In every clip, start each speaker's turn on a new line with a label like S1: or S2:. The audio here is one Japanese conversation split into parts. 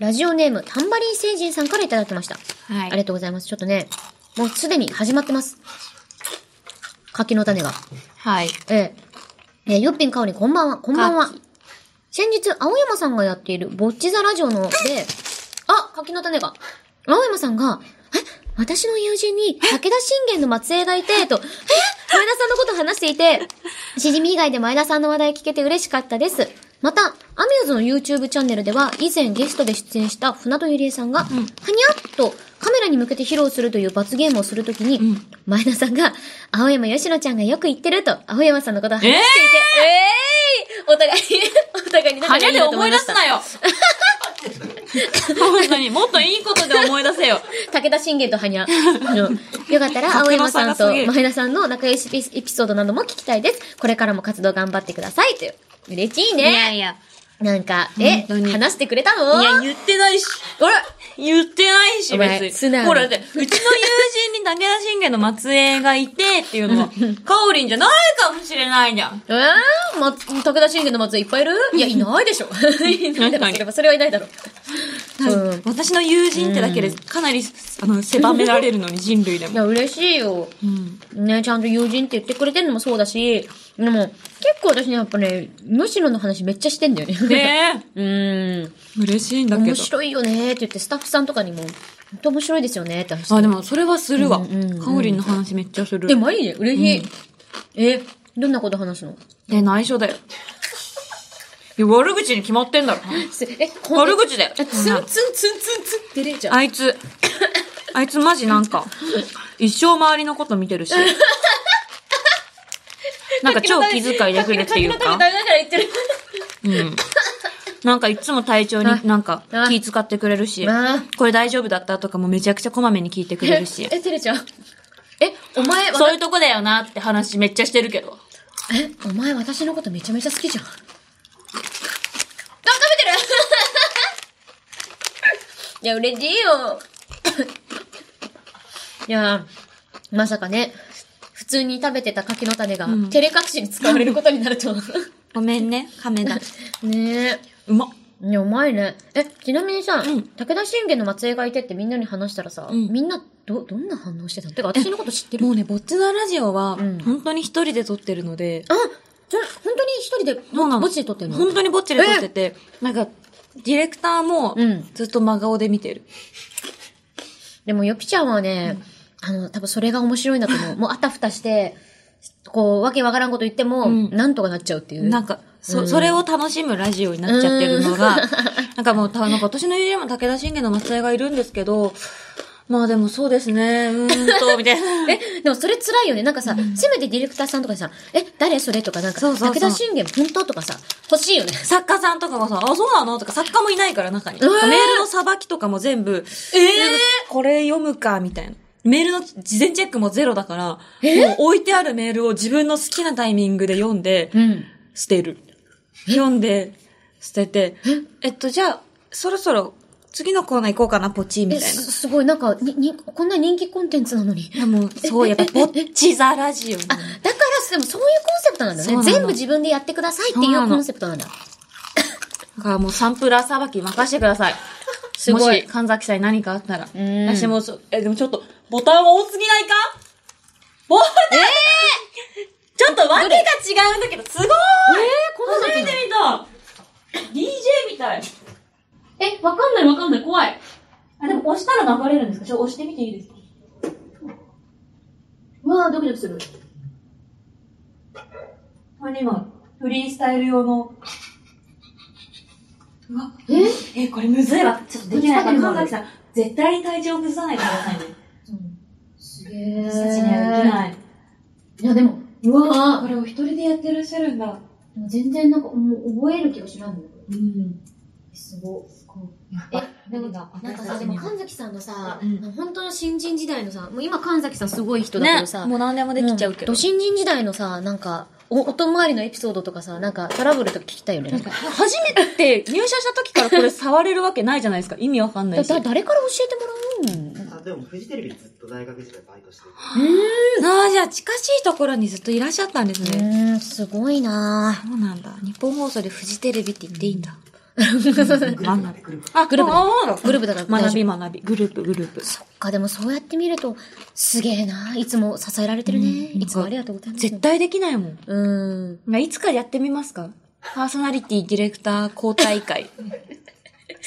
S1: ラジオネーム、タンバリン星人さんからいただきました。
S2: は
S1: ありがとうございます。ちょっとね、もうすでに始まってます。柿の種が。
S2: はい。
S1: ええ。えー、よっぴんかおりん、こんばんは。こんばんは
S2: 柿。
S1: 先日、青山さんがやっている、ぼっちザラジオので、あ、柿の種が。青山さんが、え、私の友人に、武田信玄の末裔がいて、と、え、前田さんのこと話していて、しじみ以外で前田さんの話題聞けて嬉しかったです。また、アミューズの YouTube チャンネルでは、以前ゲストで出演した船戸ゆりえさんが、はにゃっとカメラに向けて披露するという罰ゲームをするときに、
S2: ん
S1: 前田さんが、青山よしのちゃんがよく言ってると、青山さんのことを話していて、えー、お互い、お互いに
S2: は
S1: 仲
S2: に
S1: が
S2: ゃ
S1: いい
S2: で
S1: なと
S2: 思
S1: 思
S2: い
S1: い
S2: 出
S1: ますした。
S2: なよ本当 に、もっといいことで思い出せよ。
S1: 武田信玄とは にゃ。あのよかったら、青山さんと前田さんの仲良しエピソードなども聞きたいです。これからも活動頑張ってください。という。嬉しいね。
S2: いや。
S1: なんか、え
S2: 本当、に
S1: 話してくれたの
S2: いや、言ってないし。
S1: あら
S2: 言ってないし、
S1: お前
S2: 別
S1: 素
S2: に。
S1: 直
S2: ほら、だって、うちの友人に武田信玄の末裔がいてっていうのは、かおりんじゃないかもしれないじゃん。
S1: えー、ま、武田信玄の松いっぱいいるいや、いないでしょ。 いないだろうければ、それはいないだろう。うん
S2: 私の友人ってだけで、かなり、あの、狭められるのに、人類で
S1: い
S2: も。
S1: や、嬉しいよ。
S2: うん。
S1: ね、ちゃんと友人って言ってくれてるのもそうだし、でも、結構私ね、やっぱね、むしろの話めっちゃしてんだよね。
S2: ね
S1: うーん。
S2: え。嬉しいんだけ
S1: 面
S2: ど。
S1: 白いよねって言って、スタッフさんとかにも、本当面白いですよねって話して。
S2: あ、でも、それはするわ。
S1: うんうんうん
S2: かおりんの話めっちゃする。
S1: で、もいいね、嬉しい。え、どんなこと話すの
S2: で、内緒だよ。 いや悪口に決まってんだろ。
S1: すえ、こん
S2: 悪口だよ。
S1: あツンツンツンツンツンって出れちゃう。
S2: あい つ、あいつマジなんか、一生周りのこと見て るし。なんか超気遣いでくるっていう
S1: 柿の種食べ、な
S2: か
S1: がら言ってる。
S2: うん。なんかいつも体調になんか
S1: あ
S2: 気遣ってくれるし
S1: あ、、
S2: これ大丈夫だったとかもめちゃくちゃこまめに聞いてくれるし
S1: え、照れちゃう。え、お前、わた
S2: そういうとこだよなって話めっちゃしてるけど。
S1: え、お前私のことめちゃめちゃ好きじゃん。あ、食べてる いや、嬉しいよ。いや、まさかね、普通に食べてた柿の種が、照れ隠しに使われることになる とは。
S2: ごめんね、亀田。
S1: ね
S2: うまっ。
S1: え。いや、うまいね。え、ちなみにさ、
S2: うん
S1: 武田信玄の末裔がいてってみんなに話したらさ、
S2: うん
S1: みんな、ど、どんな反応してたのてか、私のこと知ってる
S2: もうね、ぼっちのラジオは
S1: うん、
S2: 本当に一人で撮ってるので、
S1: あ、それ、本当に一人で、
S2: そうなの
S1: ぼっちで撮ってるの
S2: 本当にぼっちで撮ってて、なんか、ディレクターも
S1: うん、
S2: ずっと真顔で見てる。
S1: でも、よぴちゃんはね、あの、多分それが面白いんだと 思う。もう、あたふたして、こう、わけわからんこと言っても、
S2: うん
S1: なんとかなっちゃうっていう。
S2: なんか、そ、
S1: うん
S2: それを楽しむラジオになっちゃってる のが、なんかもう、たなんか私の友人も武田信玄の末裔がいるんですけど、まあでもそうですね、うーんと、みた いな。
S1: え、でもそれ辛いよね。なんかさ、せめてディレクターさんとかにさ、え、誰それとか、なんか、
S2: そうそうそう
S1: 武田信玄本当とかさ、欲しいよね。
S2: 作家さんとかがさ、あ、そうなのとか、作家もいないから中に。
S1: うわー
S2: メールのさばきとかも全部、
S1: え
S2: これ読むか、みたいな。メールの事前チェックもゼロだから、もう置いてあるメールを自分の好きなタイミングで読んで、
S1: うん。
S2: 捨てる。読んで、捨てて、えっと、じゃあ、そろそろ、次のコーナー行こうかな、ポチーみ
S1: え、
S2: たいな
S1: す。すごい、なんか、に、に、こんな人気コンテンツなのに。
S2: いやもう、そう、やっぱ、ぼっちザラジオな
S1: あ、
S2: の。
S1: だから、でもそういうコンセプトなんだ
S2: そう
S1: よ
S2: な
S1: ね。
S2: の
S1: 全部自分でやってくださいってい
S2: そうな
S1: う
S2: の
S1: コンセプトなんだ。
S2: だからもう、サンプラーさばき任せてください。
S1: すごい
S2: もし、神崎さんに何かあったら。
S1: ん
S2: 私もそ、え、でもちょっと、ボタン多すぎないかボタン、ちょっとわけが違うんだけど、すご
S1: え
S2: ーい
S1: ーこんなの
S2: 初めて見た !DJ みたい。
S1: え、わかんないわかんない、怖い。
S2: あ、でも押したら流れるんですかちょっと押してみていいですか
S1: うわぁ、ドキドキする。
S2: これ今、フリースタイル用の。うわ、
S1: え
S2: え、これむずいわ。ちょっとできないから、
S1: どっ
S2: 神
S1: ちかでもある
S2: 崎さん。絶対に体調崩さないでくださいね。
S1: すげえ。
S2: 私にはできない。
S1: いや、でも、うわ
S2: こ
S1: ぁ。
S2: れお一人でやってらっしゃるんだ。
S1: でも全然なんか、もう覚える気がしないもん。
S2: うん。
S1: すご
S2: え
S1: え、で
S2: でも
S1: も、
S2: な
S1: なんかさ、でも神崎さんのさ、
S2: うん
S1: 本当の新人時代のさ、もう今神崎さんすごい人だけ
S2: ね
S1: どさ、、
S2: もう何でもできちゃうけど。
S1: ど新人時代のさ、なんか、お、音周りのエピソードとかさ、なんかトラブルとか聞きたいよね。
S2: なんか初めて入社した時からこれ触れるわけないじゃないですか。意味わかんな
S1: だ、
S2: いし。
S1: だ、誰から教えてもらう
S3: あでもフジテレビずっと大学時代バイトしてる
S2: ああ、じゃあ近しいところにずっといらっしゃったんですね。
S1: んうーん、すごいな
S2: そうなんだ。日本放送でフジテレビって言っていいんだ。
S1: ぁ。
S3: グループなんでグループ。
S2: あ、
S1: グループだ
S2: あそうなんだ
S1: グループだから
S2: 学び学び。グループ、グループ。
S1: か、でもそうやって見ると、すげえな。いつも支えられてるね。いつもありがとうございます。
S2: 絶。対できないもん。
S1: うん。
S2: まあいつかやってみますかパーソナリティディレクター交代 会。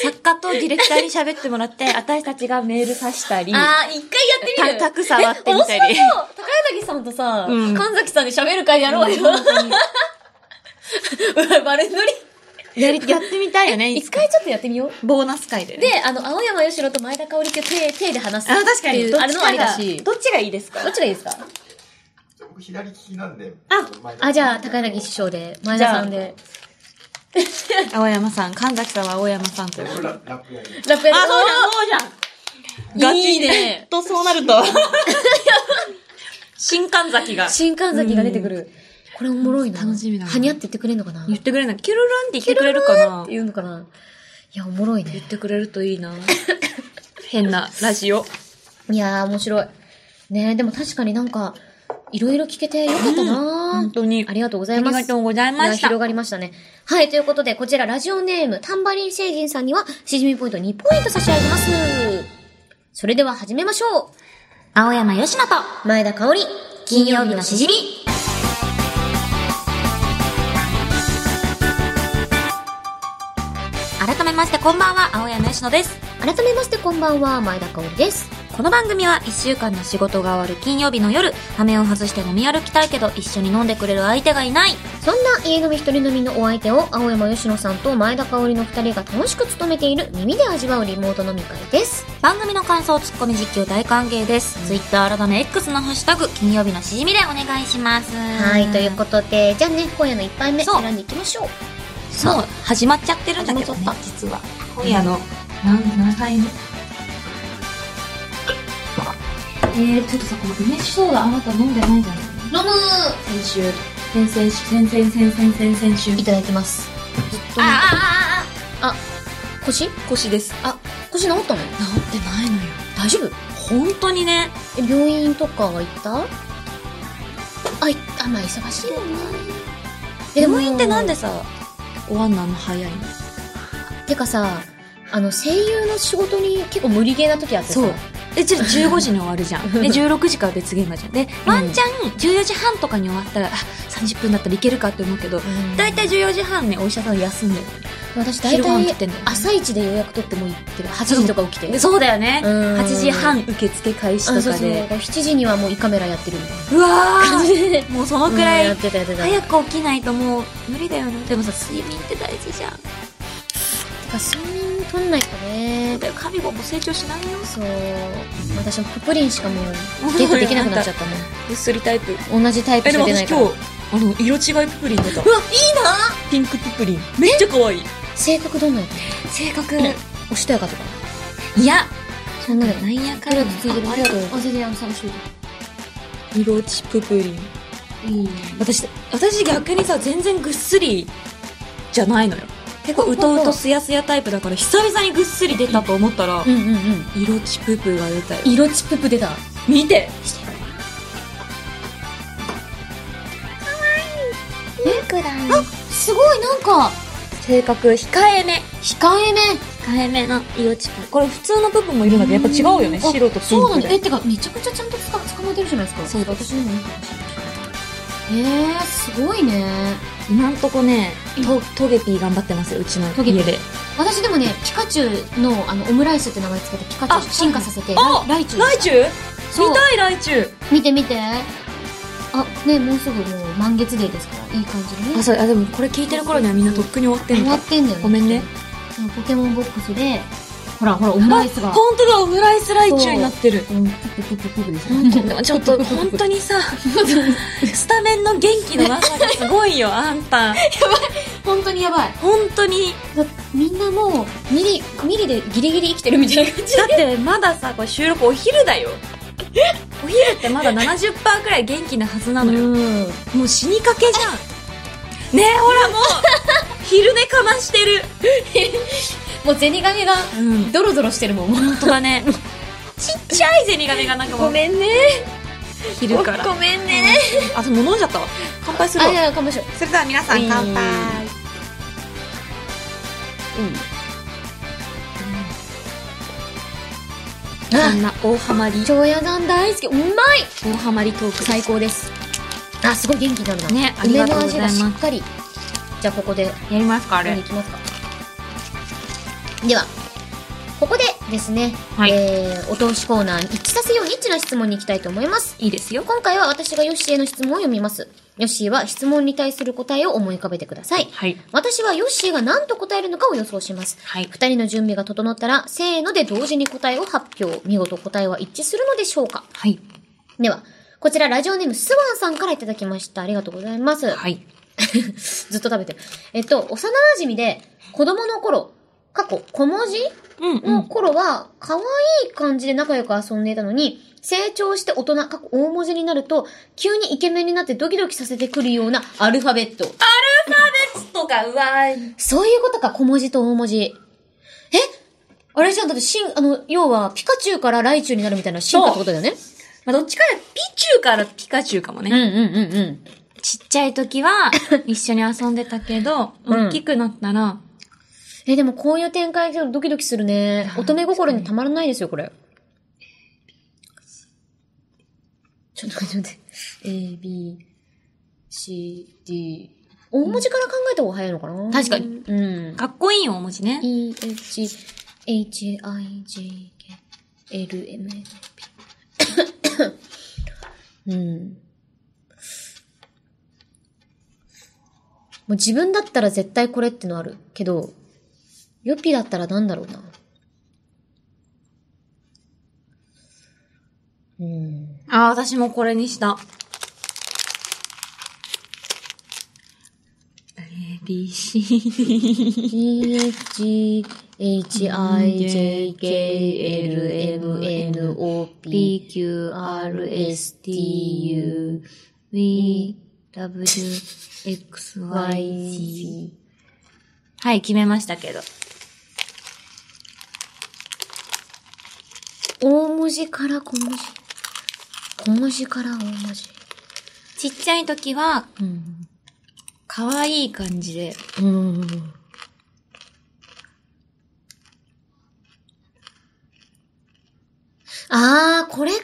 S2: 作家とディレクターに喋ってもらって、私たちがメールさしたり、
S1: あー、一回やってみる
S2: たたく触ってみたり
S1: え面白そう高柳さんとさ、
S2: うん
S1: 神崎さんで喋る会やろうよ。 バレンド
S2: やり、やってみたいよね。
S1: リ。
S2: いつ
S1: 一
S2: か
S1: 回ちょっとやってみよう。
S2: ボーナス会でね。
S1: で、あの、青山よしろと前田香織って手、手で話す。
S2: あ、確か
S1: ってい
S2: に。
S1: う
S2: ど
S1: あ
S2: っ
S1: れ
S2: ち
S1: のあ
S2: か
S1: りだ
S2: が、
S1: し。
S2: どっちがいいですか
S1: どっちがいいですか
S3: じゃあ僕左利きなんで。
S1: あ、じゃあ、高柳師匠で、前田さんで。
S2: 青山さん、神崎さんは青山さんということで。
S3: ララップやります
S1: ラップやる
S2: あ、そうじゃん、そうじゃん。
S1: いいね
S2: と、そうなると。 新神崎が。
S1: 新神崎が出てくる。これおもろいな。
S2: 楽しみだな
S1: はにゃって言ってくれんのかな
S2: 言ってくれない。キュルルンって言ってくれるかな
S1: って言うのかないや、おもろい
S2: 言
S1: ね
S2: っ。てくれるといいな。変なラジオ。
S1: いやー、面白い。ねでも確かになんか、いろいろ聞けてよかったなー、
S2: 本当に。
S1: ありがとうござ
S2: あ
S1: い
S2: り
S1: ます。
S2: がとうござ
S1: い
S2: い
S1: や
S2: ました。
S1: 広がりましたね。はい、ということで、こちらラジオネーム、タンバリン星人さんには、しじみポイント2ポイント差し上げます。それでは始めましょ
S2: 青山よしのと。
S1: う。前田香織、金曜日のしじみ。
S2: 改めまして、こんばんは、青山よしのです。
S1: 改めましてこんばんは、前田香織です。
S2: この番組は1週間の仕事が終わる金曜日の夜、羽目を外して飲み歩きたいけど、一緒に飲んでくれる相手がいない。
S1: そんな家飲み一人飲みのお相手を、青山吉野さんと前田香織の二人が楽しく務めている耳で味わうリモート飲み会です。
S2: 番組の感想、ツッコミ実況大歓迎です。Twitter 改め X のハッシュタグ、金曜日のしじみでお願いします。
S1: はい、ということで、じゃあね、今夜の一杯目
S2: そう
S1: 選んでいきましょう。
S2: ともう始まっちゃってるんだけど
S1: 始
S2: ね
S1: まっちゃっ、
S2: 実は。今夜の、何、何回目えー、ちょっとさ、この梅酒ソーダあなた飲んでないじゃない
S1: 飲む
S2: 先週。先々週、先々先々先々先週。
S1: いただきます。
S2: あ
S1: あああああ腰
S2: 腰です。
S1: あ、腰治ったの
S2: 治ってないのよ。
S1: 大丈夫
S2: 本当にね。
S1: え病院とかは行ったあ、いあ、まあ忙しいよね。
S2: 病院ってなんでさ、終わんのあんな早いの
S1: てかさ、あの、声優の仕事に結構無理ゲーな時あってさ。
S2: そう。で、ちょっと15時に終わるじゃ ん。で、16時から別現場じゃん。で、ワンチャン14時半とかに終わったら、あ、30分だったらいけるかって思うけど、
S1: うん
S2: だいたい14時半ね、お医者さん休んでる。
S1: 私大
S2: 昼ご飯食
S1: 体、
S2: ってんだよ。
S1: 朝一で予約取ってもう行ってる。8時とか起きて。
S2: でそうだよね。
S1: うん
S2: 8時半受付開始
S1: あ
S2: と
S1: そう
S2: か
S1: そう。
S2: で。
S1: 7時にはもう胃カメラやってるみたいな
S2: うわ
S1: 感 じで。
S2: ーもうそのくら
S1: うんや
S2: い
S1: っ、てたやってた。
S2: 早く起きないともう無理だよね。でもさ、睡眠って大事じゃん。
S1: てか、睡眠取んないとね。
S2: だよ、神子も成長しないよ。
S1: そう。私もププリンしかもう ゲットできなくなっちゃったね。
S2: ぐっすりタイプ。
S1: 同じタイプ
S2: え、
S1: しか
S2: でも
S1: 出ない
S2: 私
S1: か
S2: 今
S1: ら
S2: 日、あの、色違いププリン出た。
S1: うわいいな
S2: ピンクププリン。めっちゃ可愛い。
S1: 性格どんなやつ
S2: 性格、
S1: おしとやかとか
S2: いや、
S1: そんなの
S2: なんやか
S1: あ
S2: ん
S1: り
S2: や
S1: がとうついてるありがとうあ全然あの探して
S2: 色落ちププリン。
S1: るいい
S2: 私、私逆にさ、全然ぐっすりじゃないのよ。結構うとうとすやすやタイプだから、久々にぐっすり出たと思ったら
S1: う、んうんうん
S2: 色落ちププが出たよ。
S1: 色チッププ出た
S2: 見て
S1: ピンクだねあすごいなんか
S2: 性格、控えめ。
S1: 控えめ
S2: 控えめな色落ちプこれ普通のププもいるんだけど、やっぱ違うよね。
S1: あ
S2: 白とピ
S1: そうなん
S2: ンク
S1: だえ
S2: で。
S1: てかめちゃくちゃちゃんとつか捕まえてるじゃないですか
S2: そうです
S1: 私のもいいかもしれないえー、すごいね
S2: 今んとこね、トトゲピー頑張ってますよ、うちの
S1: トゲピー
S2: 家で。
S1: 私でもねピカチュウのあのオムライスって名前つけてピカチュウ
S2: あ
S1: 進化させて
S2: あ
S1: ライチュウ
S2: ライチュウ
S1: そう
S2: 見たい、ライチュウ。
S1: 見て見てあねもうすぐもう満月デーですからいい感じでね
S2: あ、そう、あ、でもこれ聞いてる頃にはみんなとっくに終わってん
S1: 終わ
S2: の
S1: っ
S2: か。
S1: てんだよね
S2: ごめんね
S1: そのポケモンボックスでほらほらオムライスが
S2: 本当だ、オムライスライチュウになってる。
S1: うんプッププッププップです
S2: でもちょっと本当にさ、 スタメンの元気のなさがすごいよ、あんた。
S1: 本当にやばい
S2: 本当に。
S1: だみんなもうミリミリでギリギリ生きてるみたいな感じ
S2: だってまださ、これ収録お昼だよ。お昼ってまだ70%くらい元気なはずなのよ。
S1: うん
S2: もう死にかけじゃん。ねえ、ほらもう、昼寝かましてる。
S1: もうゼニガメが
S2: うん。
S1: ドロドロしてるもん
S2: 本当だね。ちっちゃいゼニガメがなんかもう、
S1: めんね
S2: 昼から。
S1: ごめんね
S2: あ、でも飲んじゃったわ。乾杯する
S1: あ
S2: わ
S1: い。やかもしれ
S2: それでは皆さん乾杯。そん
S1: あ、
S2: な大ハマり、
S1: 長屋さん大好き。うまい
S2: 大ハマりトーク
S1: 最
S2: 最
S1: 高です。あ、すごい元気になるな。
S2: ねあり
S1: 梅
S2: がとう
S1: の
S2: ござ
S1: 味
S2: い
S1: が
S2: ま
S1: し
S2: す
S1: っかり。じゃあ、ここで
S2: やりますかあ
S1: 飲んでいきますか。では、ここでですね、
S2: はい
S1: えー、お通しコーナー、一致させようニッチな質問に行きたいと思います。
S2: いいですよ
S1: 今回は私がヨッシーへの質問を読みます。ヨッシーは質問に対する答えを思い浮かべてください。
S2: はい
S1: 私はヨッシーが何と答えるのかを予想します。
S2: はい
S1: 二人の準備が整ったら、せーので同時に答えを発表。見事答えは一致するのでしょうか
S2: はい
S1: では、こちらラジオネームスワンさんからいただきました。ありがとうございます。
S2: はい
S1: ずっと食べてる。えっと、幼馴染みで、子供の頃、過去、小文字
S2: うんう
S1: の
S2: ん
S1: 頃は、可愛い感じで仲良く遊んでいたのに、成長して大人、過去大文字になると、急にイケメンになってドキドキさせてくるようなアルファベット。
S2: とかうわ
S1: そういうことか、小文字と大文字。えあれじゃん、だって、しん、あの、要は、ピカチュウからライチュウになるみたいな進化ってことだよね。
S2: まあ、どっちかでピチューからピカチュウかもね、
S1: うんうんうんうん。
S2: ちっちゃい時は一緒に遊んでたけど、
S1: うん
S2: 大きくなったら、
S1: え、でもこういう展開でドキドキするね。
S2: あー
S1: 乙女心にたまらないですよ、これ。ちょっと待って待って。A, B, C, D。大文字から考えた方が早いのかな
S2: 確かに。
S1: うん。
S2: かっこいい大文字ね。
S1: E, H, H, I, J, K, L, M, N, P。うん。もう自分だったら絶対これってのあるけど、ヨピだったらなんだろうな。うん。
S2: ああ、私もこれにした。A, B, C,
S1: E, H, H, I, J, K, L, M, N, O, P,
S2: B, Q, R,
S1: R,
S2: S,
S1: S,
S2: T,
S1: T, U,
S2: U, V, W, X, Y, Z。
S1: Y,
S2: はい、決めましたけど。
S1: 大文字から小文字。小文字から大文字。
S2: ちっちゃい時は、
S1: うん。
S2: 可愛い感じで、
S1: うん。あー、これか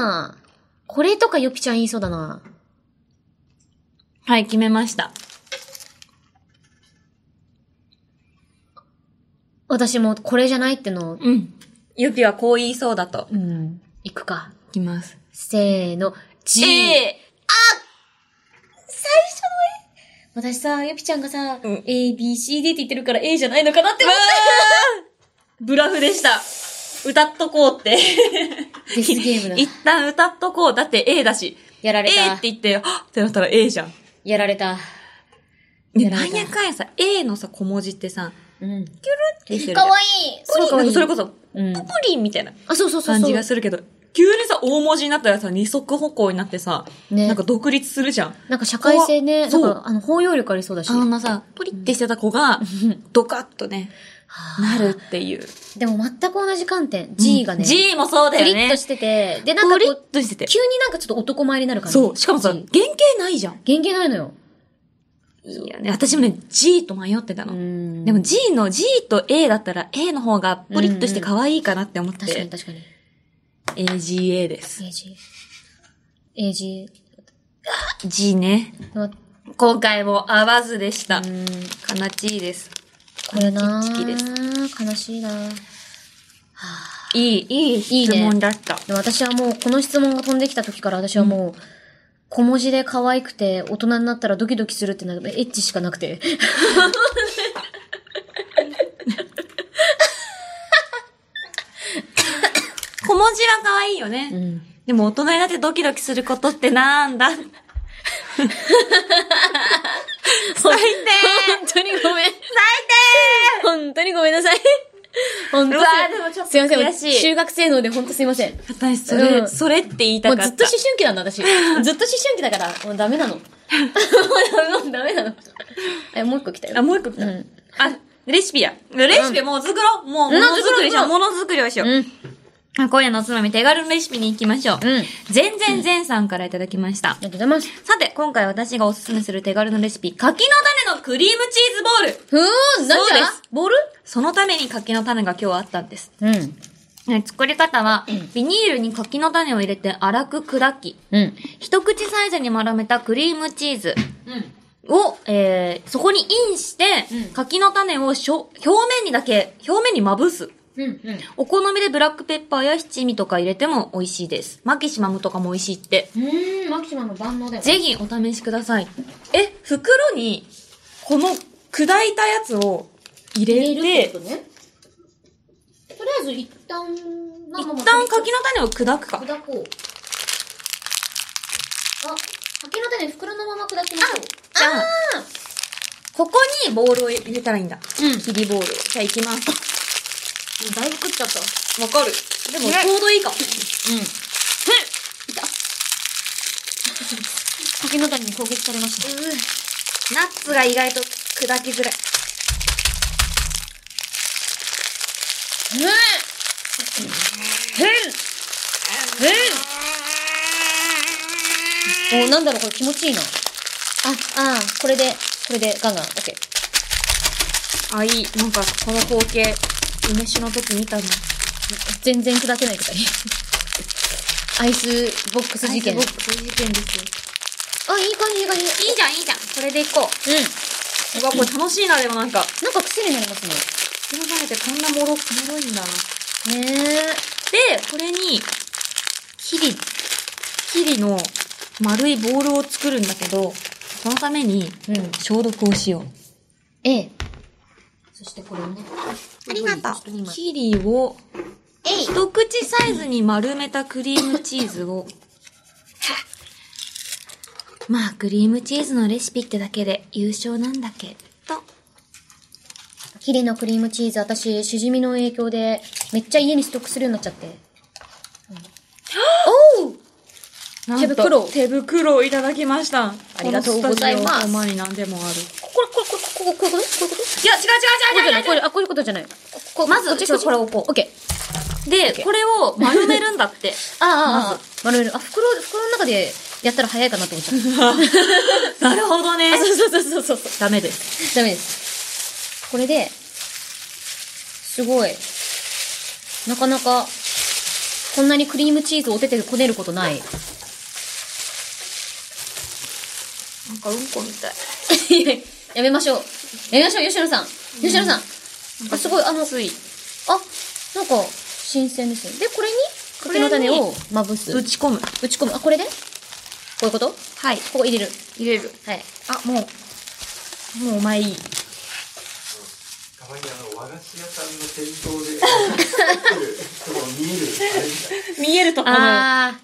S1: なこれとかよぴちゃん言いそうだな。
S2: はい、決めました。
S1: 私もこれじゃないってのを。
S2: うん。ゆぴはこう言いそうだと。
S1: うん。いくか。
S2: いきます。
S1: せーの。G。
S2: A!
S1: 私さ、よぴちゃんがさ、
S2: うん
S1: A, B, C, D って言ってるから A じゃないのかなって
S2: うわーブラフでした。歌っとこうって。
S1: デスゲームだ。
S2: 一旦歌っとこう。だって A だし。
S1: やら
S2: A
S1: れた。
S2: って言って、はっってなったら A じゃん。
S1: やられた。
S2: ね、
S1: やら
S2: な
S1: れ
S2: ん
S1: た
S2: やかんやさ、A のさ、小文字ってさ、
S1: うん。
S2: キュルってしてるじゃ
S1: か
S2: ん
S1: わいい。
S2: プリンなんかそれこ
S1: そ。
S2: そ、プ
S1: うん。
S2: リンみたいな
S1: あ、そうそうそうそう。
S2: 感じがするけど、急にさ、大文字になったらさ、二足歩行になってさ、
S1: ね
S2: なんか独立するじゃん。
S1: なんか社会性ね、な
S2: そ
S1: ん
S2: う
S1: か、あの、包容力ありそうだし。
S2: あのさ、プリってしてた子が、ドカッとね、なるっていう。
S1: でも全く同じ観点。G がね、
S2: G もそうだ
S1: プ
S2: よ
S1: リ
S2: ね。
S1: ッとしてて、で、なん
S2: プ
S1: か
S2: リ
S1: こ
S2: ッ
S1: う、
S2: としてて。
S1: 急になんかちょっと男前になる感じ。
S2: そう。しかもさ、原
S1: G
S2: 型ないじゃん。
S1: 原型ないのよ。
S2: いいよね。私もね、G と迷ってたの。
S1: ん
S2: でも G の G と A だったら A の方がプリッとして可愛いかなって思って、
S1: 確かに確かに。
S2: AGA です。
S1: AG。AG。
S2: G ね。
S1: うわ
S2: 今回も合わずでした。
S1: う
S2: 悲
S1: ん
S2: しいです。
S1: これな
S2: 好きです
S1: ぁ、悲しいなぁ。
S2: いい、いい
S1: いい
S2: 質
S1: ね
S2: 問だった。
S1: でも私はもう、この質問が飛んできた時から私はもう、小文字で可愛くて、大人になったらドキドキするってなる、エッチしかなくて。
S2: 小文字は可愛いよね。
S1: うん。
S2: でも大人になってドキドキすることってなんだ最低
S1: 本当にごめん。本当にごめんなさい。本当
S2: うわーでもちょっと
S1: すいません。
S2: 悔しい
S1: 中学生ので本当すいません。も
S2: 私、それ、
S1: うん
S2: それって言いた
S1: う
S2: か
S1: ず
S2: っ
S1: っと
S2: た。
S1: 思春期なんだ、私。ずっと思春期だから、もうダメなの。もうダメなの。え、もう一個来たよ。
S2: あ、もう一個来た。
S1: うん
S2: あ、レシピや。レシピもう作ろう。もう、ものづくりしよう。
S1: うん
S2: ものづくりをしよう。
S1: うん。
S2: あ今夜のおつまみ手軽レシピに行きましょ
S1: うん。
S2: う。
S1: あり
S2: 全然全さんからいただきました。
S1: がとうございます。
S2: さて、今回私がおすすめする手軽のレシピ、柿の種のクリームチーズボール。
S1: ふーん、なんじ
S2: そうで
S1: ゃ
S2: す
S1: ボール
S2: そのために柿の種が今日あったんです。
S1: うん。
S2: え作り方は
S1: ん、
S2: ビニールに柿の種を入れて粗く砕き、
S1: うん。
S2: 一口サイズに丸めたクリームチーズを、えー、そこにインして、
S1: うん
S2: 柿の種をしょ表面にだけ、表面にまぶす。
S1: うん。うん。
S2: お好みでブラックペッパーや七味とか入れても美味しいです。マキシマムとかも美味しいって。
S1: うーん、マキシマの万能だよ。
S2: ぜひお試しください。え、袋に、この砕いたやつを入れ
S1: 入れるって
S2: て
S1: こ、とね。とりあえず一旦、
S2: 一旦柿の種を砕くか。
S1: 砕こう。あ、柿の種袋のまま砕きましょ
S2: じゃあ、ここにボールを入れたらいいんだ。
S1: うん
S2: 切りボールを。じゃあ行きます。
S1: う。だいぶ食っちゃった。
S2: わかる。でも
S1: ね
S2: ちょうどいいかも。
S1: うん。へっいた。 柿の種に攻撃されました。
S2: ナッツが意外と砕きづらい。
S1: うん。へんへんお、なんだろう、これ気持ちいいな。あ、あー、これで、これでガンガン、オッケー。
S2: あ、いい。なんか、この光景、梅酒の時見たの。
S1: 全然砕けないとかいい。アイスボックス事件。あ、い
S2: 僕、事件ですよ。
S1: い感じ、いい感じ。
S2: いいじゃん、いいじゃん。それでいこう。
S1: うん。
S2: うわ、これ楽しいな、でもなんか。
S1: なんか癖になりますね。
S2: 切らされてこんなもろ、もろいんだな。
S1: ね
S2: で、これに、キリ、キリの丸いボールを作るんだけど、そのために、
S1: うん
S2: 消毒をしよう。
S1: え。ええ。そしてこれをね。ありがとう
S2: キリを、
S1: えい。
S2: 一口サイズに丸めたクリームチーズを、まあ、クリームチーズのレシピってだけで優勝なんだけど、
S1: ヒレのクリームチーズ、私、しじみの影響で、めっちゃ家にストックするようになっちゃって。うん、おう
S2: なんと
S1: 手袋
S2: 手袋をいただきました。
S1: ありがとうございます
S2: このスタジオの前に何でもある。
S1: ここれ、これ、これ、こここういうことこういうこと
S2: いや、違
S1: こういうことじゃな
S2: う
S1: いこれ、あ、こういうことじゃない。ここ
S2: まず
S1: こっち
S2: ちょっとこれ
S1: こっち
S2: 置こう
S1: オッケー。
S2: で、これを丸めるんだって。
S1: ああ、ああ、丸める。あ、袋、袋の中でやったら早いかなと思っちゃった。
S2: なるほどね
S1: あそうそうそうそうそう。
S2: ダメです。
S1: ダメです。これで、すごい。なかなか、こんなにクリームチーズをお手でこねることない。
S2: なんかうんこみたい。
S1: いややめましょう。やめましょう、吉野さん。吉野さん。あすごい、あの、あ、
S2: つい。
S1: なんか、新鮮ですね。で、これに、
S2: こ
S1: 柿
S2: れ
S1: の
S2: に
S1: 種をまぶす。
S2: 打
S1: 打
S2: ち込む。
S1: ち込む。あ、これでこういうことこ
S2: はい。
S1: こ入れる。
S2: 入れる。
S1: はい。
S2: あ、もう、もうお前いい。
S3: たまにあの和菓子屋さんの店頭 で作ってるとこ見えるあれみたい
S2: 見えるとこ
S1: あ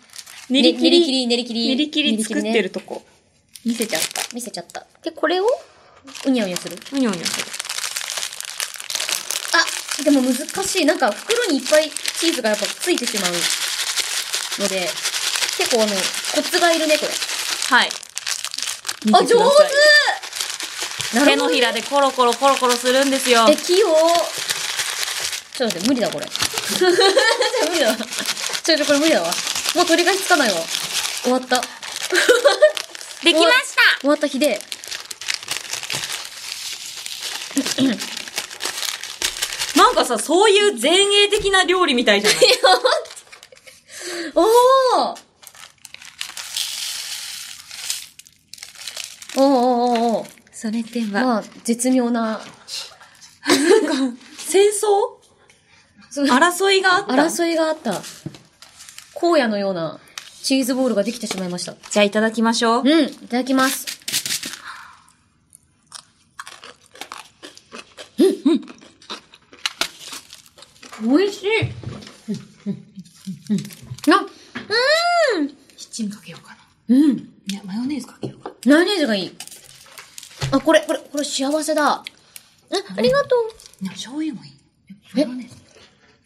S1: ー。
S2: 練り切
S1: 練り切
S2: り、
S1: り、練り切り。
S2: 練り切り作っ
S1: 練
S2: て
S1: ね
S2: るとこ。見せちゃった。
S1: 見せちゃった。で、これを、うにゃうにゃする。
S2: うにょうにょする。
S1: あ、でも難しい。なんか、袋にいっぱいチーズがやっぱついてしまうので、結構あの、コツがいるね、これ。
S2: はい。
S1: あ、上手なるほどね
S2: 手のひらでコロコロコロコロするんですよ。
S1: え、器用。ちょっと待って、無理だ、これ。 無理だわ。ちょっとこれ無理だわ。もう取り返しつかないわ。終わった。
S2: できました
S1: 終わった日で。
S2: なんかさ、そういう前衛的な料理みたいじゃない
S1: おーおーおーおーおー
S2: それでは、
S1: まあ、絶妙な、
S2: 戦争
S1: すごい
S2: 争いがあった。
S1: 争いがあった、荒野のようなチーズボールができてしまいました。
S2: じゃあいただきましょう。
S1: うん、いただきます。
S2: 美味しい。
S1: あ、
S2: 七味かけようか
S1: うん。
S2: な。ね、マヨネーズかけようかな。
S1: マヨネーズがいい。あ、これ、これ、これ幸せだ。え、ありがとう。
S2: ね、醤油もいい。
S1: え、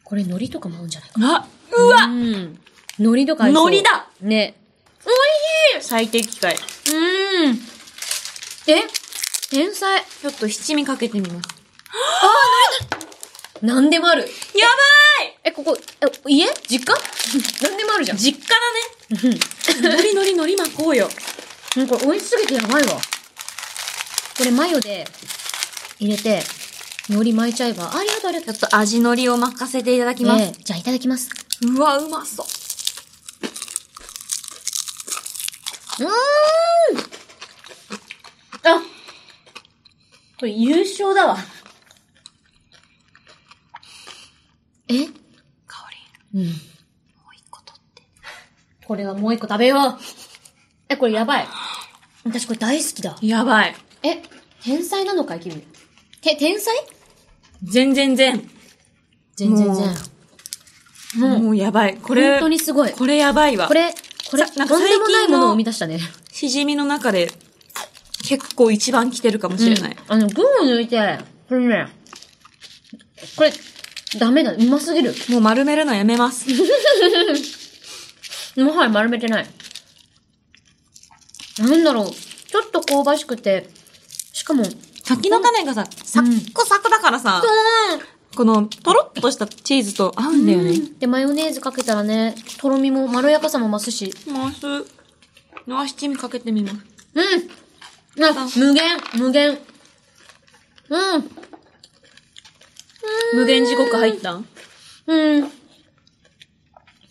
S1: これ海苔とかも合うんじゃないか
S2: あ、うわ、
S1: うん。海苔とか合いそう
S2: 海苔だ
S1: ね。
S2: 最適解。
S1: うん。え、天才。
S2: ちょっと七味かけてみます。
S1: なんでもある。
S2: やばい
S1: え、ここ、え、家実家 何でもあるじゃん。
S2: 実家だね。のりのりのり巻こうよ。
S1: うん、これ美味しすぎてやばいわ。これマヨで入れて、海苔巻いちゃえば。ありがとう、ありが
S2: ち
S1: と
S2: ょっと味のりを巻かせていただき
S1: う。
S2: ます。
S1: ええじゃあいただきます。
S2: うわ、うまそう。
S1: うーんあこれ優勝だわ。え
S2: 香り、
S1: うん。
S2: もう一個取って。
S1: これはもう一個食べよう。え、これやばい。私これ大好きだ。
S2: やばい。
S1: え、天才なのかい君。て、天才
S2: 全然全。
S1: 全然全然。もう、
S2: もうやばい。これ、
S1: 本当にすごい。
S2: これやばいわ。
S1: こ、れ、これ、
S2: さ
S1: と
S2: なんんか
S1: でもないものを
S2: 最近の
S1: 生み出したね。
S2: しじみの中で、結構一番来てるかもしれない。
S1: うんあの、群を抜いて、これね、これ、ダメだ。うますぎる。
S2: もう丸めるのやめます。
S1: もはや丸めてない。なんだろう。ちょっと香ばしくて、しかも、
S2: 柿の種がさ、サッコサクだからさ、この、とろっとしたチーズと合うんだよね。
S1: で、マヨネーズかけたらね、とろみもまろやかさも増すし。
S2: 回す。回しチミかけてみます。
S1: うんあ、無限無限うん
S2: 無限地獄入ったん
S1: うん。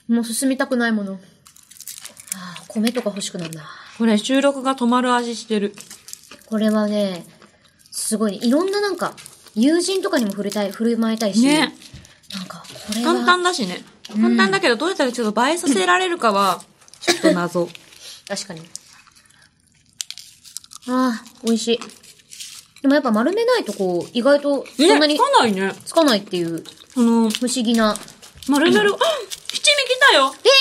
S1: もう進みたくないもの。ああ、米とか欲しくなるな。
S2: これ収録が止まる味してる。
S1: これはね、すごい、いろんななんか、友人とかにも振りたい、振る舞いたいし。
S2: ね。
S1: なんか、これは。
S2: 簡単だしね。簡単だけど、どうやったらちょっと映えさせられるかは、ちょっと謎。
S1: 確かに。ああ、美味しい。でもやっぱ丸めないとこう、意外と
S2: え、
S1: そんなに
S2: つかないね。
S1: つかないっていう
S2: その、
S1: 不思議な。
S2: 丸 める、あ七味来たよ
S1: ええ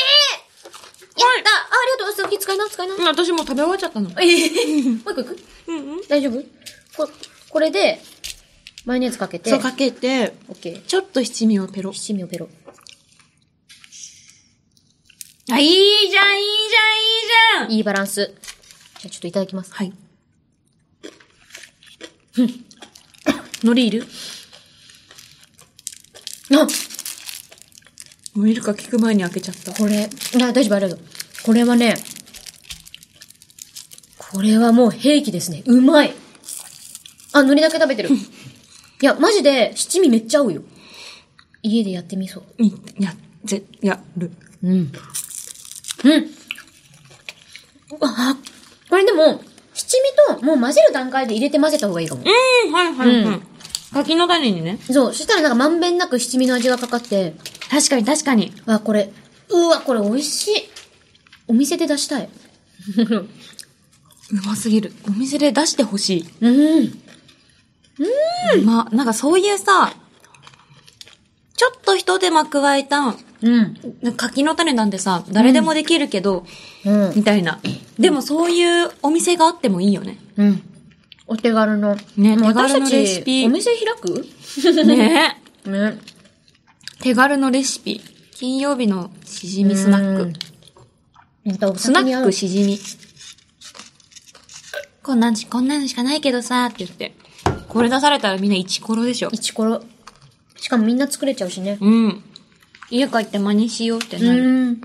S1: やったあありがとう先使いな、使いな。
S2: うん私もう食べ終わっちゃったの。
S1: ええもう一個いく
S2: うんうん。
S1: 大丈夫こ、これで、マヨネーズかけて。
S2: そうかけて、
S1: オッケー。
S2: ちょっと七味をペロ。
S1: 七味をペロ。
S2: あ、いいじゃん、いいじゃん、いいじゃん
S1: いいバランス。じゃあちょっといただきます。
S2: はい。 海苔いる
S1: あ
S2: もういるか聞く前に開けちゃった。
S1: これ、あ、大丈夫、ありがとう。これはね、これはもう兵器ですね。うまい。あ、海苔だけ食べて る。いや、マジで、七味めっちゃ合うよ。家でやってみそう。
S2: いや、ぜ、やる。
S1: うん。うん。あ、これでも、七味ともう混ぜる段階で入れて混ぜた方がいいかも。
S2: うん、はいはい
S1: はい
S2: 柿の種にね。
S1: そう、そしたらなんかまんべんなく七味の味がかかって、
S2: 確かに確かに。
S1: あ、これ、うわ、これ美味しい。お店で出したい。
S2: うますぎる。お店で出してほしい。
S1: うん。
S2: まあ、なんかそういうさ、ちょっと一手間加えた、
S1: うん。
S2: 柿の種なんてさ、誰でもできるけど、
S1: うん。
S2: みたいな。でもそういうお店があってもいいよね。
S1: うん。お手軽の。
S2: ね
S1: もう
S2: 手軽のレシピ
S1: 私たちお店開く
S2: ね
S1: ね。
S2: 手軽のレシピ。金曜日のしじみスナック。
S1: うん。またお
S2: スナ
S1: 酒に合
S2: ッ
S1: う
S2: ク。しじみ。こんなんし、こんなのしかないけどさ、って言って。これ出されたらみんなイチコロでしょ。
S1: イチコロ。しかもみんな作れちゃうしね。
S2: うん。家帰って真似しようってなる。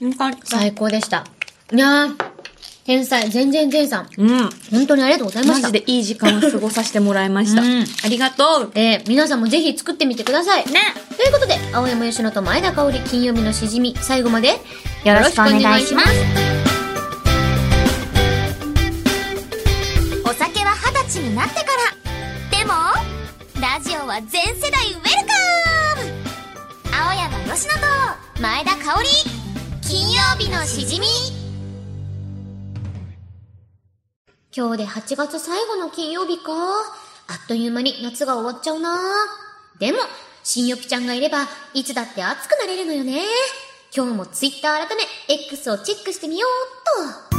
S1: うん。
S2: よかった。
S1: 最高でした。いやー、天才、全然全さん。
S2: うん。
S1: 本当にありがとうございま
S2: マ
S1: した。
S2: ジでいい時間を過ごさせてもらいました。
S1: うん
S2: ありがとう。
S1: えー皆さんもぜひ作ってみてください。ね。ということで、青山吉野と前田香織金曜日のしじみ、最後までよろしくお願いします。
S4: お酒は二十歳になってからでもラジオは全世代ウェルカム青山佳乃と前田香織金曜日のしじみ
S1: 今日で8月最後の金曜日か。あっという間に夏が終わっちゃうな。でも、新よぴちゃんがいれば、いつだって暑くなれるのよね。今日も Twitter 改め、X をチェックしてみようっと。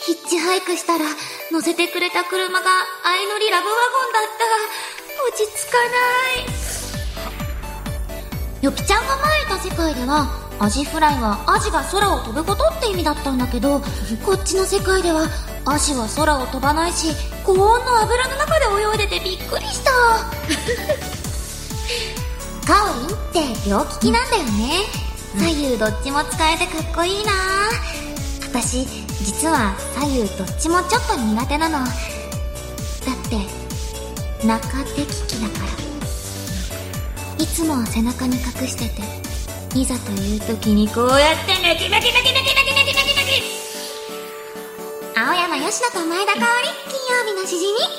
S4: ヒッチハイクしたら乗せてくれた車が相乗りラブワゴンだった落ち着かないよぴちゃんが前いた世界ではアジフライはアジが空を飛ぶことって意味だったんだけどこっちの世界ではアジは空を飛ばないし高温の油の中で泳いでてびっくりした両利きなんだよね左右どっちも使えてかっこいいな私実は左右どっちもちょっと苦手なのだって中手利きだからいつもは背中に隠してていざという時にこうやってメキメキメキメキメキメキメキメキ青山よしと前田香織金曜日のしじみはは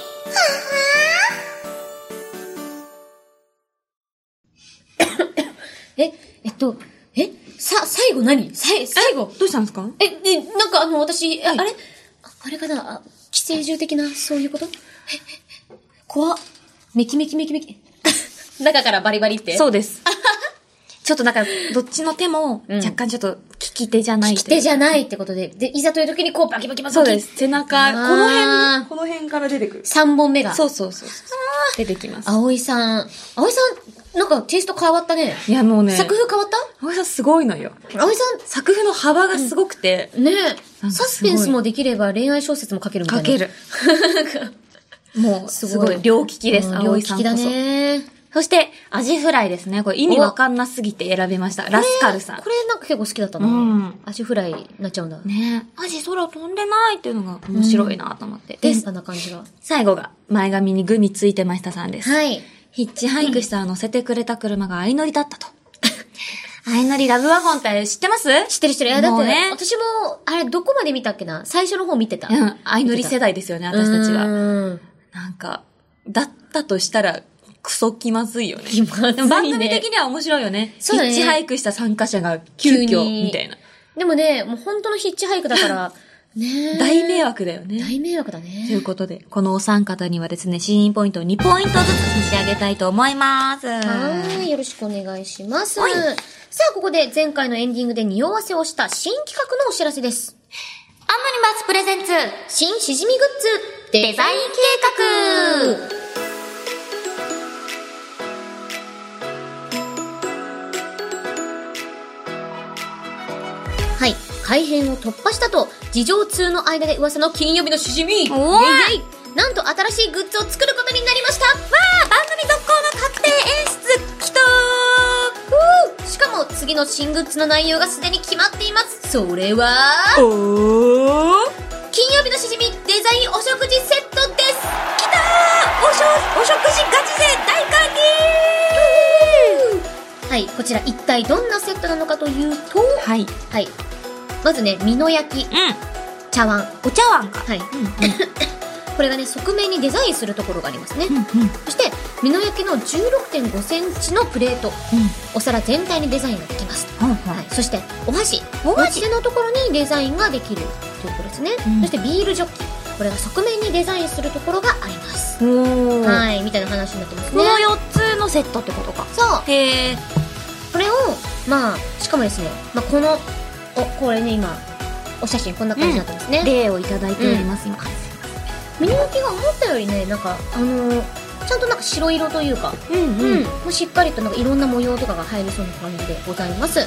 S4: ー
S1: え、えっと、え、さ、最後何さい、最後。
S2: どうしたんですか
S1: え、ね、なんかあの、私、あ
S2: い
S1: あれああれかなあ寄生獣的な、そういうことえ、え怖っ。メキメキメキメ キ。中からバリバリって。。
S2: そううです。 ちょっとなんか、どっちの手も、
S1: うん
S2: 若干ちょっと、利き手じゃない
S1: 来てじ
S2: ゃ
S1: ゃないってことで、で、いざという時にこうバキバキバキ
S2: そ
S1: バ
S2: う
S1: キ。
S2: です。背中、この
S1: あー
S2: 辺、この辺から出てくる。
S1: 3本目が。。
S2: そううそうそうそう。出てきます。
S1: 葵さん。葵さん、なんかテイスト変わったね。
S2: いやもうね、
S1: 作風変わっ
S2: 青井さんすごいのよ。
S1: た葵さ
S2: 作風の幅がすごくて、
S1: ん、ね
S2: なんかすご
S1: え、
S2: い
S1: サスペンスもできれば恋愛小説も書けるみたい
S2: か
S1: な。
S2: ける。 もう、すごい、両利きです。
S1: うん
S2: 青
S1: 両
S2: 井
S1: 利
S2: さん
S1: き
S2: こ
S1: だ
S2: そ。
S1: ね。
S2: そして、アジフライですね。これ意味わかんなすぎて選びました。ラスカルさん
S1: こ。れなんか結構好きだったな。
S2: うん
S1: アジフライになっちゃうんだ。
S2: ねアジ空飛んでないっていうのが面白いなと思って。で
S1: 電
S2: す
S1: 波な感じが。
S2: 最後が前髪にグミついてましたさんです。
S1: はい。
S2: ヒッチハイクした乗せてくれた車が相乗りだったと。相乗りラブワゴンって知ってます
S1: 知ってる知ってる。いや、だっ
S2: も
S1: て、
S2: うね
S1: 私も、あれ、どこまで見たっけな最初の方見てた。
S2: うん、相乗り世代ですよね、私たちは。
S1: は。
S2: なんか、だったとしたら、クソ気まずいよね。
S1: 気まずいね
S2: でも番組的には面白いよね。
S1: そうだね
S2: ヒッチハイクした参加者が急
S1: 急
S2: 遽、
S1: に
S2: みたいな。
S1: でもね、もう本当のヒッチハイクだ から、ねえ
S2: 大迷。惑だよね。
S1: 大迷惑だ
S2: という
S1: ね。
S2: ことで、このお三方にはですね、シーンポイントを2ポイントずつ差し上げたいと思います。
S1: はーい、よろしくお願いします。さあ、ここで前回のエンディングで匂わせをした新企画のお知らせです。
S4: アンモニバスプレゼンツ
S1: 新しじみグッズ、デ
S4: デザイン計画
S1: はい。改編を突破したと、事情通の間で噂の金曜日のしじみイェイイ
S4: お
S1: ェ
S4: ー
S1: イなんと新しいグッズを作ることになりましたわー番組続行の確定演出きたーしかも次の新グッズの内容がすでに決まっています。それは、
S2: おー
S1: 金曜日のしじみデザインお食事セットですきたーおしお食事ガチ勢大歓迎はい、こちら一体どんなセットなのかというと、
S2: はい。うん。
S1: はい。まずね、身の焼き、茶碗。
S2: お茶碗か。
S1: はい。
S2: うん。
S1: これがね、側面にデザインするところがありますね。
S2: うん。うん。
S1: そして、身の焼きの16.5センチのプレート。お皿全体にデザインができます。
S2: うん。
S1: は
S2: はいい。。
S1: そして、お箸。
S2: お
S1: 持ち
S2: 箸
S1: 手のところにデザインができるということですね、
S2: うん
S1: そしてビールジョッキこれが側面にデザインするところがあります、
S2: おー。
S1: はいみたいな話になってます
S2: こ
S1: ね
S2: の4つのセットってことか。
S1: そう
S2: へえ。
S1: これをまあしかもですね、まあ、このおこれね今お写真こんな感じになってますね、で
S2: 例をいただいております、今。
S1: ミニオキが思ったよりねなんかあのーちゃんとなんか白色というか、
S2: うん
S1: うん、もうしっかりとなんかいろんな模様とかが入りそうな感じでございます。は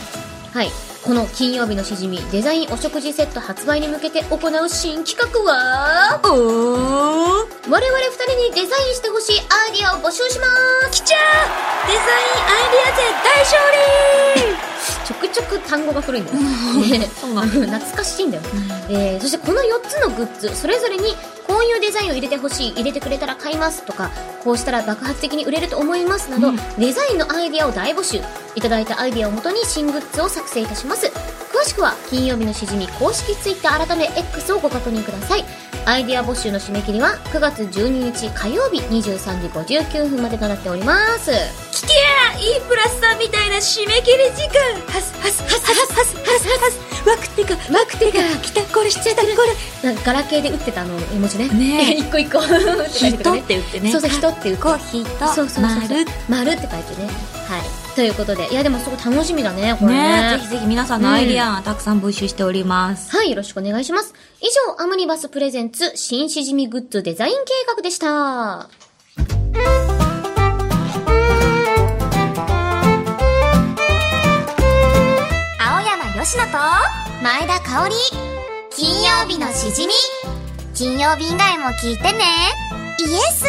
S1: い。この金曜日のしじみデザインお食事セット発売に向けて行う新企画は、
S2: おー。
S1: 我々二人にデザインしてほしいアイディアを募集しまーすきちゃ
S2: デザインアイディア勢大勝
S1: ちょくちょく単語が古いんだよ。ね
S2: 利そうなの。
S1: 懐かしいんだよ。えー、そしてこの4つのグッズ、それぞれに、こういうデザインを入れてほしい、入れてくれたら買いますとか、こうしたら爆発的に売れると思いますなど、
S2: うん
S1: デザインのアイディアを大募集。いただいたアイディアをもとに新グッズを作成いたします。詳しくは、金曜日のしじみ公式 Twitter 改め X をご確認ください。アイディア募集の締め切りは9月12日火曜日23時59分までとなっております。
S2: 聞きや E プラスさんみたいな締め切り時間ハスハスハスハスハスハスハスワクテカワクテカ来たこれしちゃったこれ
S1: なんかガラケーで打ってたあの絵文字ね。
S2: ねえ
S1: 一個一個。人
S2: 人って言ってね
S1: そうそう、人っていう
S2: コーヒーと
S1: そうそうそうそう。
S2: 丸
S1: 丸って書いてね。はい。ということで、いやでもすごい楽しみだね、これ
S2: ね
S1: ね。
S2: ぜひぜひ皆さんのアイディアたくさん募集しております、
S1: はい、よろしくお願いします。以上、アムニバスプレゼンツ新しじみグッズデザイン計画でした。
S4: 青山よしと前田香織金曜日のしじみ金曜日以外も聞いてねイエス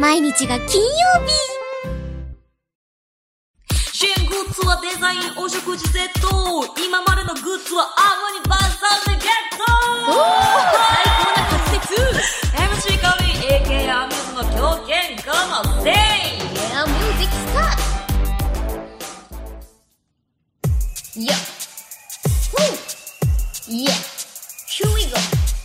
S4: 毎日が金曜日
S2: シングルーツはデザイン、お食事セット。今までのグッズはアームにバンサーでゲット最高な滑舌 !MC カミ AKA アミューズの狂犬ガマセイ
S4: エアミュージックスタートいや
S1: ほういえ Here we go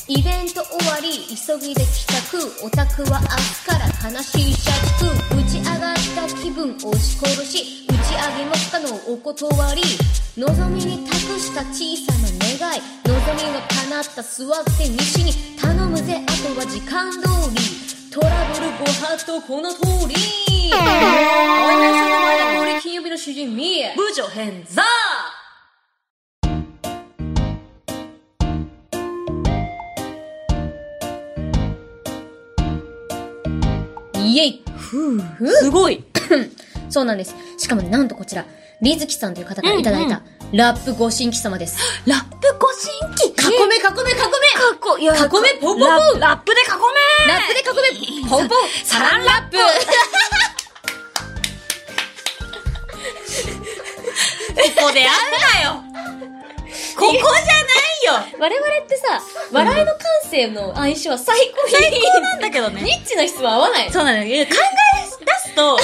S1: イベント終わり急ぎで帰宅オタクは明日から悲しい社畜打ち上がった気分押し殺し打ち上げも不可能お断り望みに託した小さな願い望みが叶った座って西に頼むぜあとは時間通りトラブルご法度この通り青山さんの前で金曜日の主人ミエ
S2: 部長変ザ
S1: イエイ
S2: ふぅ、すごい
S1: そうなんです。しかもねなんとこちら、りずきさんという方からいただいた、ラップご神器様です。
S2: ラップご新規
S1: 囲め囲め囲め
S2: かっこ、いや、
S1: 囲めポンポンポン
S2: ラップラップで囲め
S1: ラップで囲めポンポンサランラップ
S2: ここであんなよここじゃないよ
S1: 我々ってさ、笑いの感性の相性は最高に
S2: 最高なんだけどね。
S1: ニッチな質は合わない。
S2: そうなのよ。考え出す と、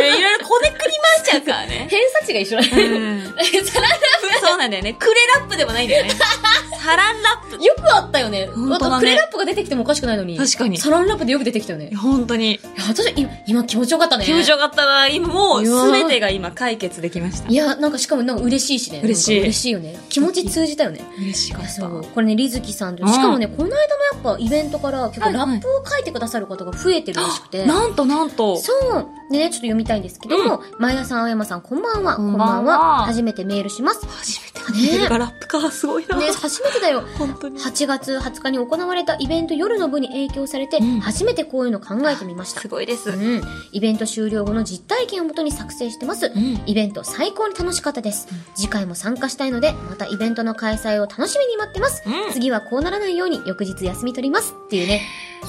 S2: いろいろこねくり回しちゃうからね。
S1: 偏差値が一緒なんだよ。サランラ
S2: そうなんだよね。クレラップでもないんだよね。サランラッ
S1: ップ よくあったよね。
S2: 本当だね
S1: あとクレラップが出てきてもおかしくないのに。
S2: 確かに
S1: サランラップでよく出てきたよね。い
S2: プ。本当に。
S1: や、私、今今気持ちよかったね。
S2: 気持ちよかったわ。今もう、
S1: うわ
S2: すべてが今解決できました
S1: い。や、なんかしかもなんか嬉しいしね。
S2: 嬉しい
S1: なんか嬉しいよね。気持ち通じたよね。
S2: 嬉しかっ
S1: そ
S2: た。
S1: う。これね、りずきさんと、
S2: うん
S1: しかもね、この間のやっぱイベントから結構
S2: はいは
S1: ラ
S2: い
S1: ップを書いてくださる方が増えてるらしくて。
S2: なんとなんと。
S1: そう。でね、ちょっと読みたいんですけども、前田さん、青山さん、こんばんは。
S2: こんばんは
S1: 初めてメールします。
S2: 初めてのメールがラップか、すごいな。
S1: ね、初めてだよ。
S2: 本当に。
S1: 8月20日に行われたイベント夜の部に影響されて、
S2: うん
S1: 初めてこういうの考えてみました
S2: す。ごいです。
S1: うん。イベント終了後の実体験をもとに作成してます。
S2: ん
S1: イベント最高に楽しかったです。次回も参加したいので、またイベントの開催を楽しみに待ってます。
S2: うん
S1: 次はこうならないように翌日休み取ります。っていうね。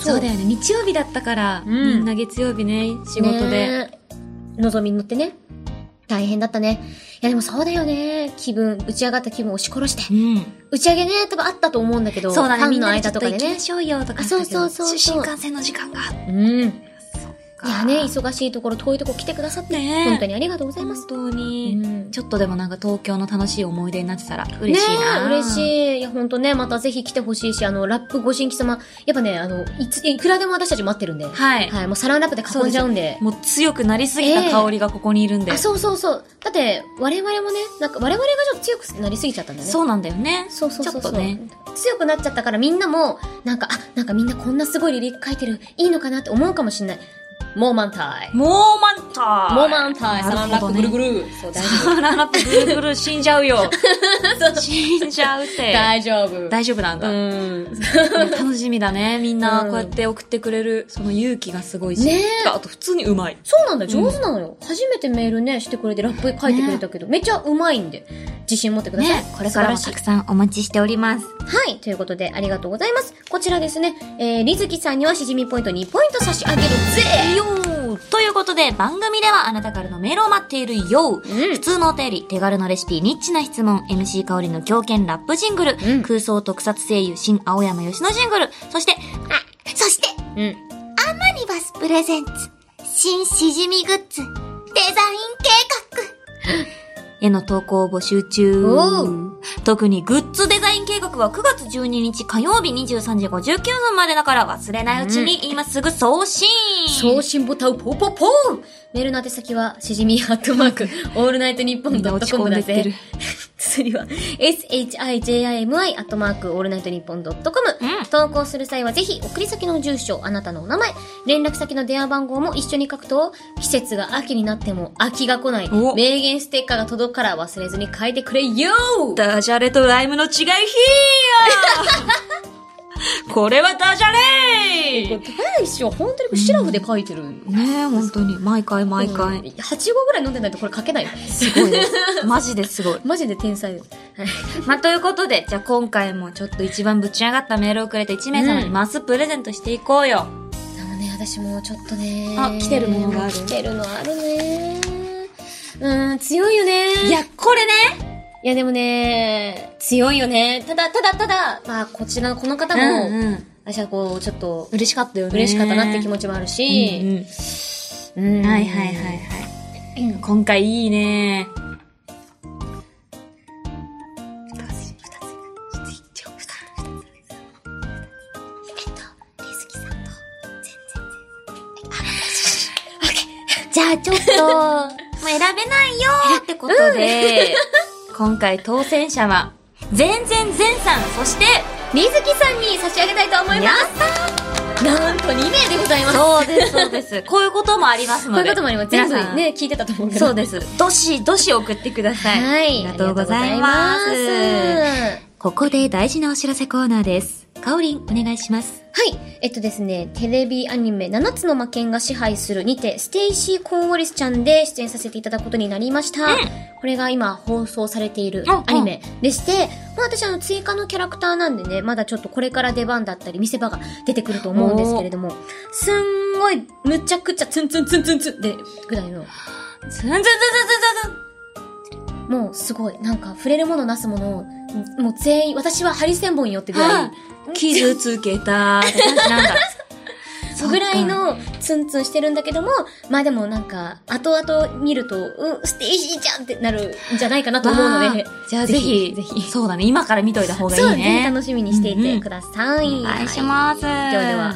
S2: そうだよね。日曜日だったから、
S1: うん
S2: みんな月曜日ね、仕事で。
S1: ねえ。望みに乗ってね。大変だったね。いやでもそうだよね。気分、打ち上がった気分を押し殺して。
S2: うん。
S1: 打ち上げね、多分あったと思うんだけど、
S2: そうだ
S1: ファ
S2: ね。み
S1: ン
S2: ん
S1: の
S2: なでち
S1: 間
S2: ょっと
S1: とか
S2: 行
S1: で
S2: き
S1: ね
S2: ま。しょうよとかだったけど。
S1: あそうそうそうそう
S2: 新幹線の時間が。
S1: うん。い
S2: い
S1: やね、忙しいところ、遠いとこ来てくださって、
S2: ねえ
S1: 本当にありがとうございます。
S2: 本当
S1: う
S2: に、
S1: ん
S2: ちょっとでもなんか東京の楽しい思い出になってたら嬉しいな、
S1: ねえ嬉しい。いや、ほんとね、またぜひ来てほしいし、あの、ラップご新規様、やっぱね、あの、いつ、いくらでも私たち待ってるんで。は。
S2: はいい、
S1: もうサランラップで囲んじゃうんで。
S2: もう強くなりすぎた香りがここにいるんで、
S1: あ、そうそうそう。だって、我々もね、なんか我々がちょっと強くなりすぎちゃったんだよね。
S2: そうなんだよね
S1: そうそうそう
S2: ちょ
S1: そ
S2: っ
S1: う
S2: とね
S1: 強くなっちゃったからみんなも、なんか、あ、なんかみんなこんなすごいリリック書いてる、いいのかなって思うかもしんない。もう満タイ。
S2: モーマンター
S1: もう満タイ。サ
S2: な
S1: ラ
S2: る
S1: ンラッ
S2: ほど
S1: プ
S2: ね
S1: ぐるぐる。そう、大丈夫。
S2: サランラップぐるぐる死んじゃう よ死んじゃうって
S1: 大丈夫。
S2: 大丈夫なん
S1: う
S2: だ、
S1: ん。
S2: 楽しみだねみんな
S1: うん
S2: こうやって送ってくれるその勇気がすごいし、
S1: ねえ
S2: あと普通にうまい
S1: そうなんだよ、上手なのよ。初めてメールね、してくれてラップ書いてくれたけど、めちゃうまいんで、自信持ってください。
S2: これからも
S1: 素晴
S2: た
S1: らし
S2: くさんお待ちしておりま
S1: い。
S2: す
S1: はい、ということで、ありがとうございます。こちらですね、えー、りずきさんにはしじみポイント2ポイント差し上げるぜ
S2: よーということで、番組ではあなたからのメールを待っているよー、
S1: うん
S2: 普通のお便り、手軽のレシピ、ニッチな質問、MC 香りの狂犬ラップジングル、
S1: ん
S2: 空想特撮声優、新青山吉野ジングル、そして、
S4: そして
S1: うん。
S4: アニバスプレゼンツ新しじみグッズデザイン計画
S2: への投稿を募集中
S1: おー。
S2: 特にグッズデザイン計画は9月12日火曜日23時59分までだから忘れないうちに今すぐ送信、
S1: 送信ボタンをポンポンポンメールの宛先は、しじみハットマ ーク、オールナイトニッポンドットコムだ
S2: 落ち込んでって
S1: ぜ
S2: る。
S1: 次は、shijimi アットマーク、オールナイトニッポンドットコム
S2: うん。
S1: 投稿する際はぜひ、送り先の住所、あなたのお名前、連絡先の電話番号も一緒に書くと、季節が秋になっても秋が来ない、
S2: お
S1: 名言ステッカーが届くから忘れずに書いてくれよ
S2: ダジャレとライムの違いひーやこれはダジャレ
S1: これ大将、本当にこれシラフで書いてる。
S2: ねえ、本当に。毎回毎回。
S1: 8号ぐらい飲んでないとこれ書けないよ。
S2: すごいです。マジですごい。
S1: マジで天才だよ。はい。
S2: まあ、ということで、じゃあ今回もちょっと一番ぶち上がったメールをくれて1名様にマスプレゼントしていこうよ。
S1: あのね、私もうちょっとね。
S2: あ来てるものがある
S1: 来てるのあるね。うん、強いよね。
S2: いや、これね、
S1: いやでもね、強いよね。ただ、ただ、ただ、まあ、こちらのこの方も、
S2: うんうん
S1: 私はこう、ちょっと、
S2: 嬉しかったよね。
S1: 嬉しかったなって気持ちもあるし、
S2: うん
S1: うん
S2: うんはいはいはいはい。今回いいね。
S4: じゃあちょっと、もう選べないよーってこと
S2: ということで、今回当選者は、全然全さん、そして、
S1: 水木さんに差し上げたいと思います。なんと2名でございます。
S2: そうです、そうです。こういうこともありますの
S1: こう
S2: で。
S1: いうこともあります。全部
S2: 皆さん
S1: ね、聞いてたと思うけど。
S2: そうです。どしどし送ってください。
S1: はい。
S2: ありがとうござい
S1: あ
S2: ま
S1: りがとうご
S2: す。
S1: ざいます
S2: ここで大事なお知らせコーナーです。かおりん、お願いします。
S1: はい。えっとですね、テレビアニメ、七つの魔剣が支配するにて、ステイシー・コーンウォリスちゃんで出演させていただくことになりました。これが今放送されている
S2: うん
S1: アニメでして、まあ私あの追加のキャラクターなんでね、まだちょっとこれから出番だったり見せ場が出てくると思うんですけれども、すんごいむちゃくちゃツンツンツンツンツンでぐらいの、
S2: ずんずんずんずんずんずん
S1: もうすごい、なんか触れるものなすものを、もう全員、私はハリセンボンよってぐらい、
S2: 傷つけたって 感じなんだ。
S1: そぐらいのツンツンしてるんだけども、まあでもなんか、後々見ると、うん、ステージじゃんってなるんじゃないかなと思うので
S2: わ、あじゃあぜひ、
S1: ぜひ
S2: そうだね。今から見といた方がいい
S1: そう、ぜひ
S2: ね。
S1: 楽しみにしていてください。
S2: お願いします。
S1: はいではでは。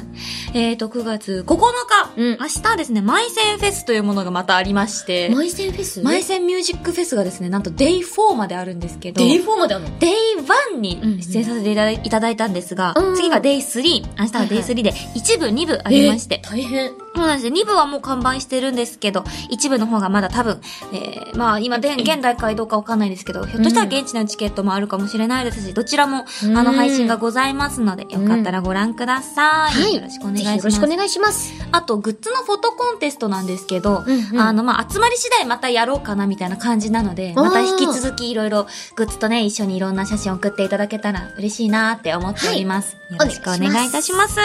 S2: えっ、ー、と、9月9日、
S1: うん
S2: 明日ですね、マイセンフェスというものがまたありまして、
S1: マイセンフェス
S2: マイセンミュージックフェスがですね、なんとデイ4まであるんですけど、
S1: デイフォーまであるの
S2: デイ1に出演させていただいいただいたんですが、
S1: うん
S2: 次がデイ3、明日はデイ3で、1部、2部ありまして、
S1: えー大変。
S2: そうなんですよ。2部はもう完売してるんですけど、1部の方がまだ多分、えー、まあ今で、現代かどうかわかんないですけど、ひょっとしたら現地のチケットもあるかもしれないですし、どちらも、
S1: うん
S2: あの配信がございますので、よかったらご覧ください。
S1: はい。
S2: よろしくお願い
S1: ぜ
S2: し
S1: ひ
S2: ま
S1: よろしくお
S2: す。
S1: 願いします。
S2: あと、グッズのフォトコンテストなんですけど、
S1: うんうん
S2: あの、まあ、集まり次第またやろうかなみたいな感じなので、
S1: あー
S2: また引き続きいろいろグッズとね、一緒にいろんな写真送っていただけたら嬉しいなって思っております。
S1: はい
S2: よろしくお願いいたします。とい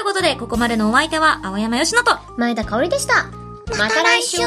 S2: うことで、ここまでのお相手は、青山よしのと、
S1: 前田香織でした。また来週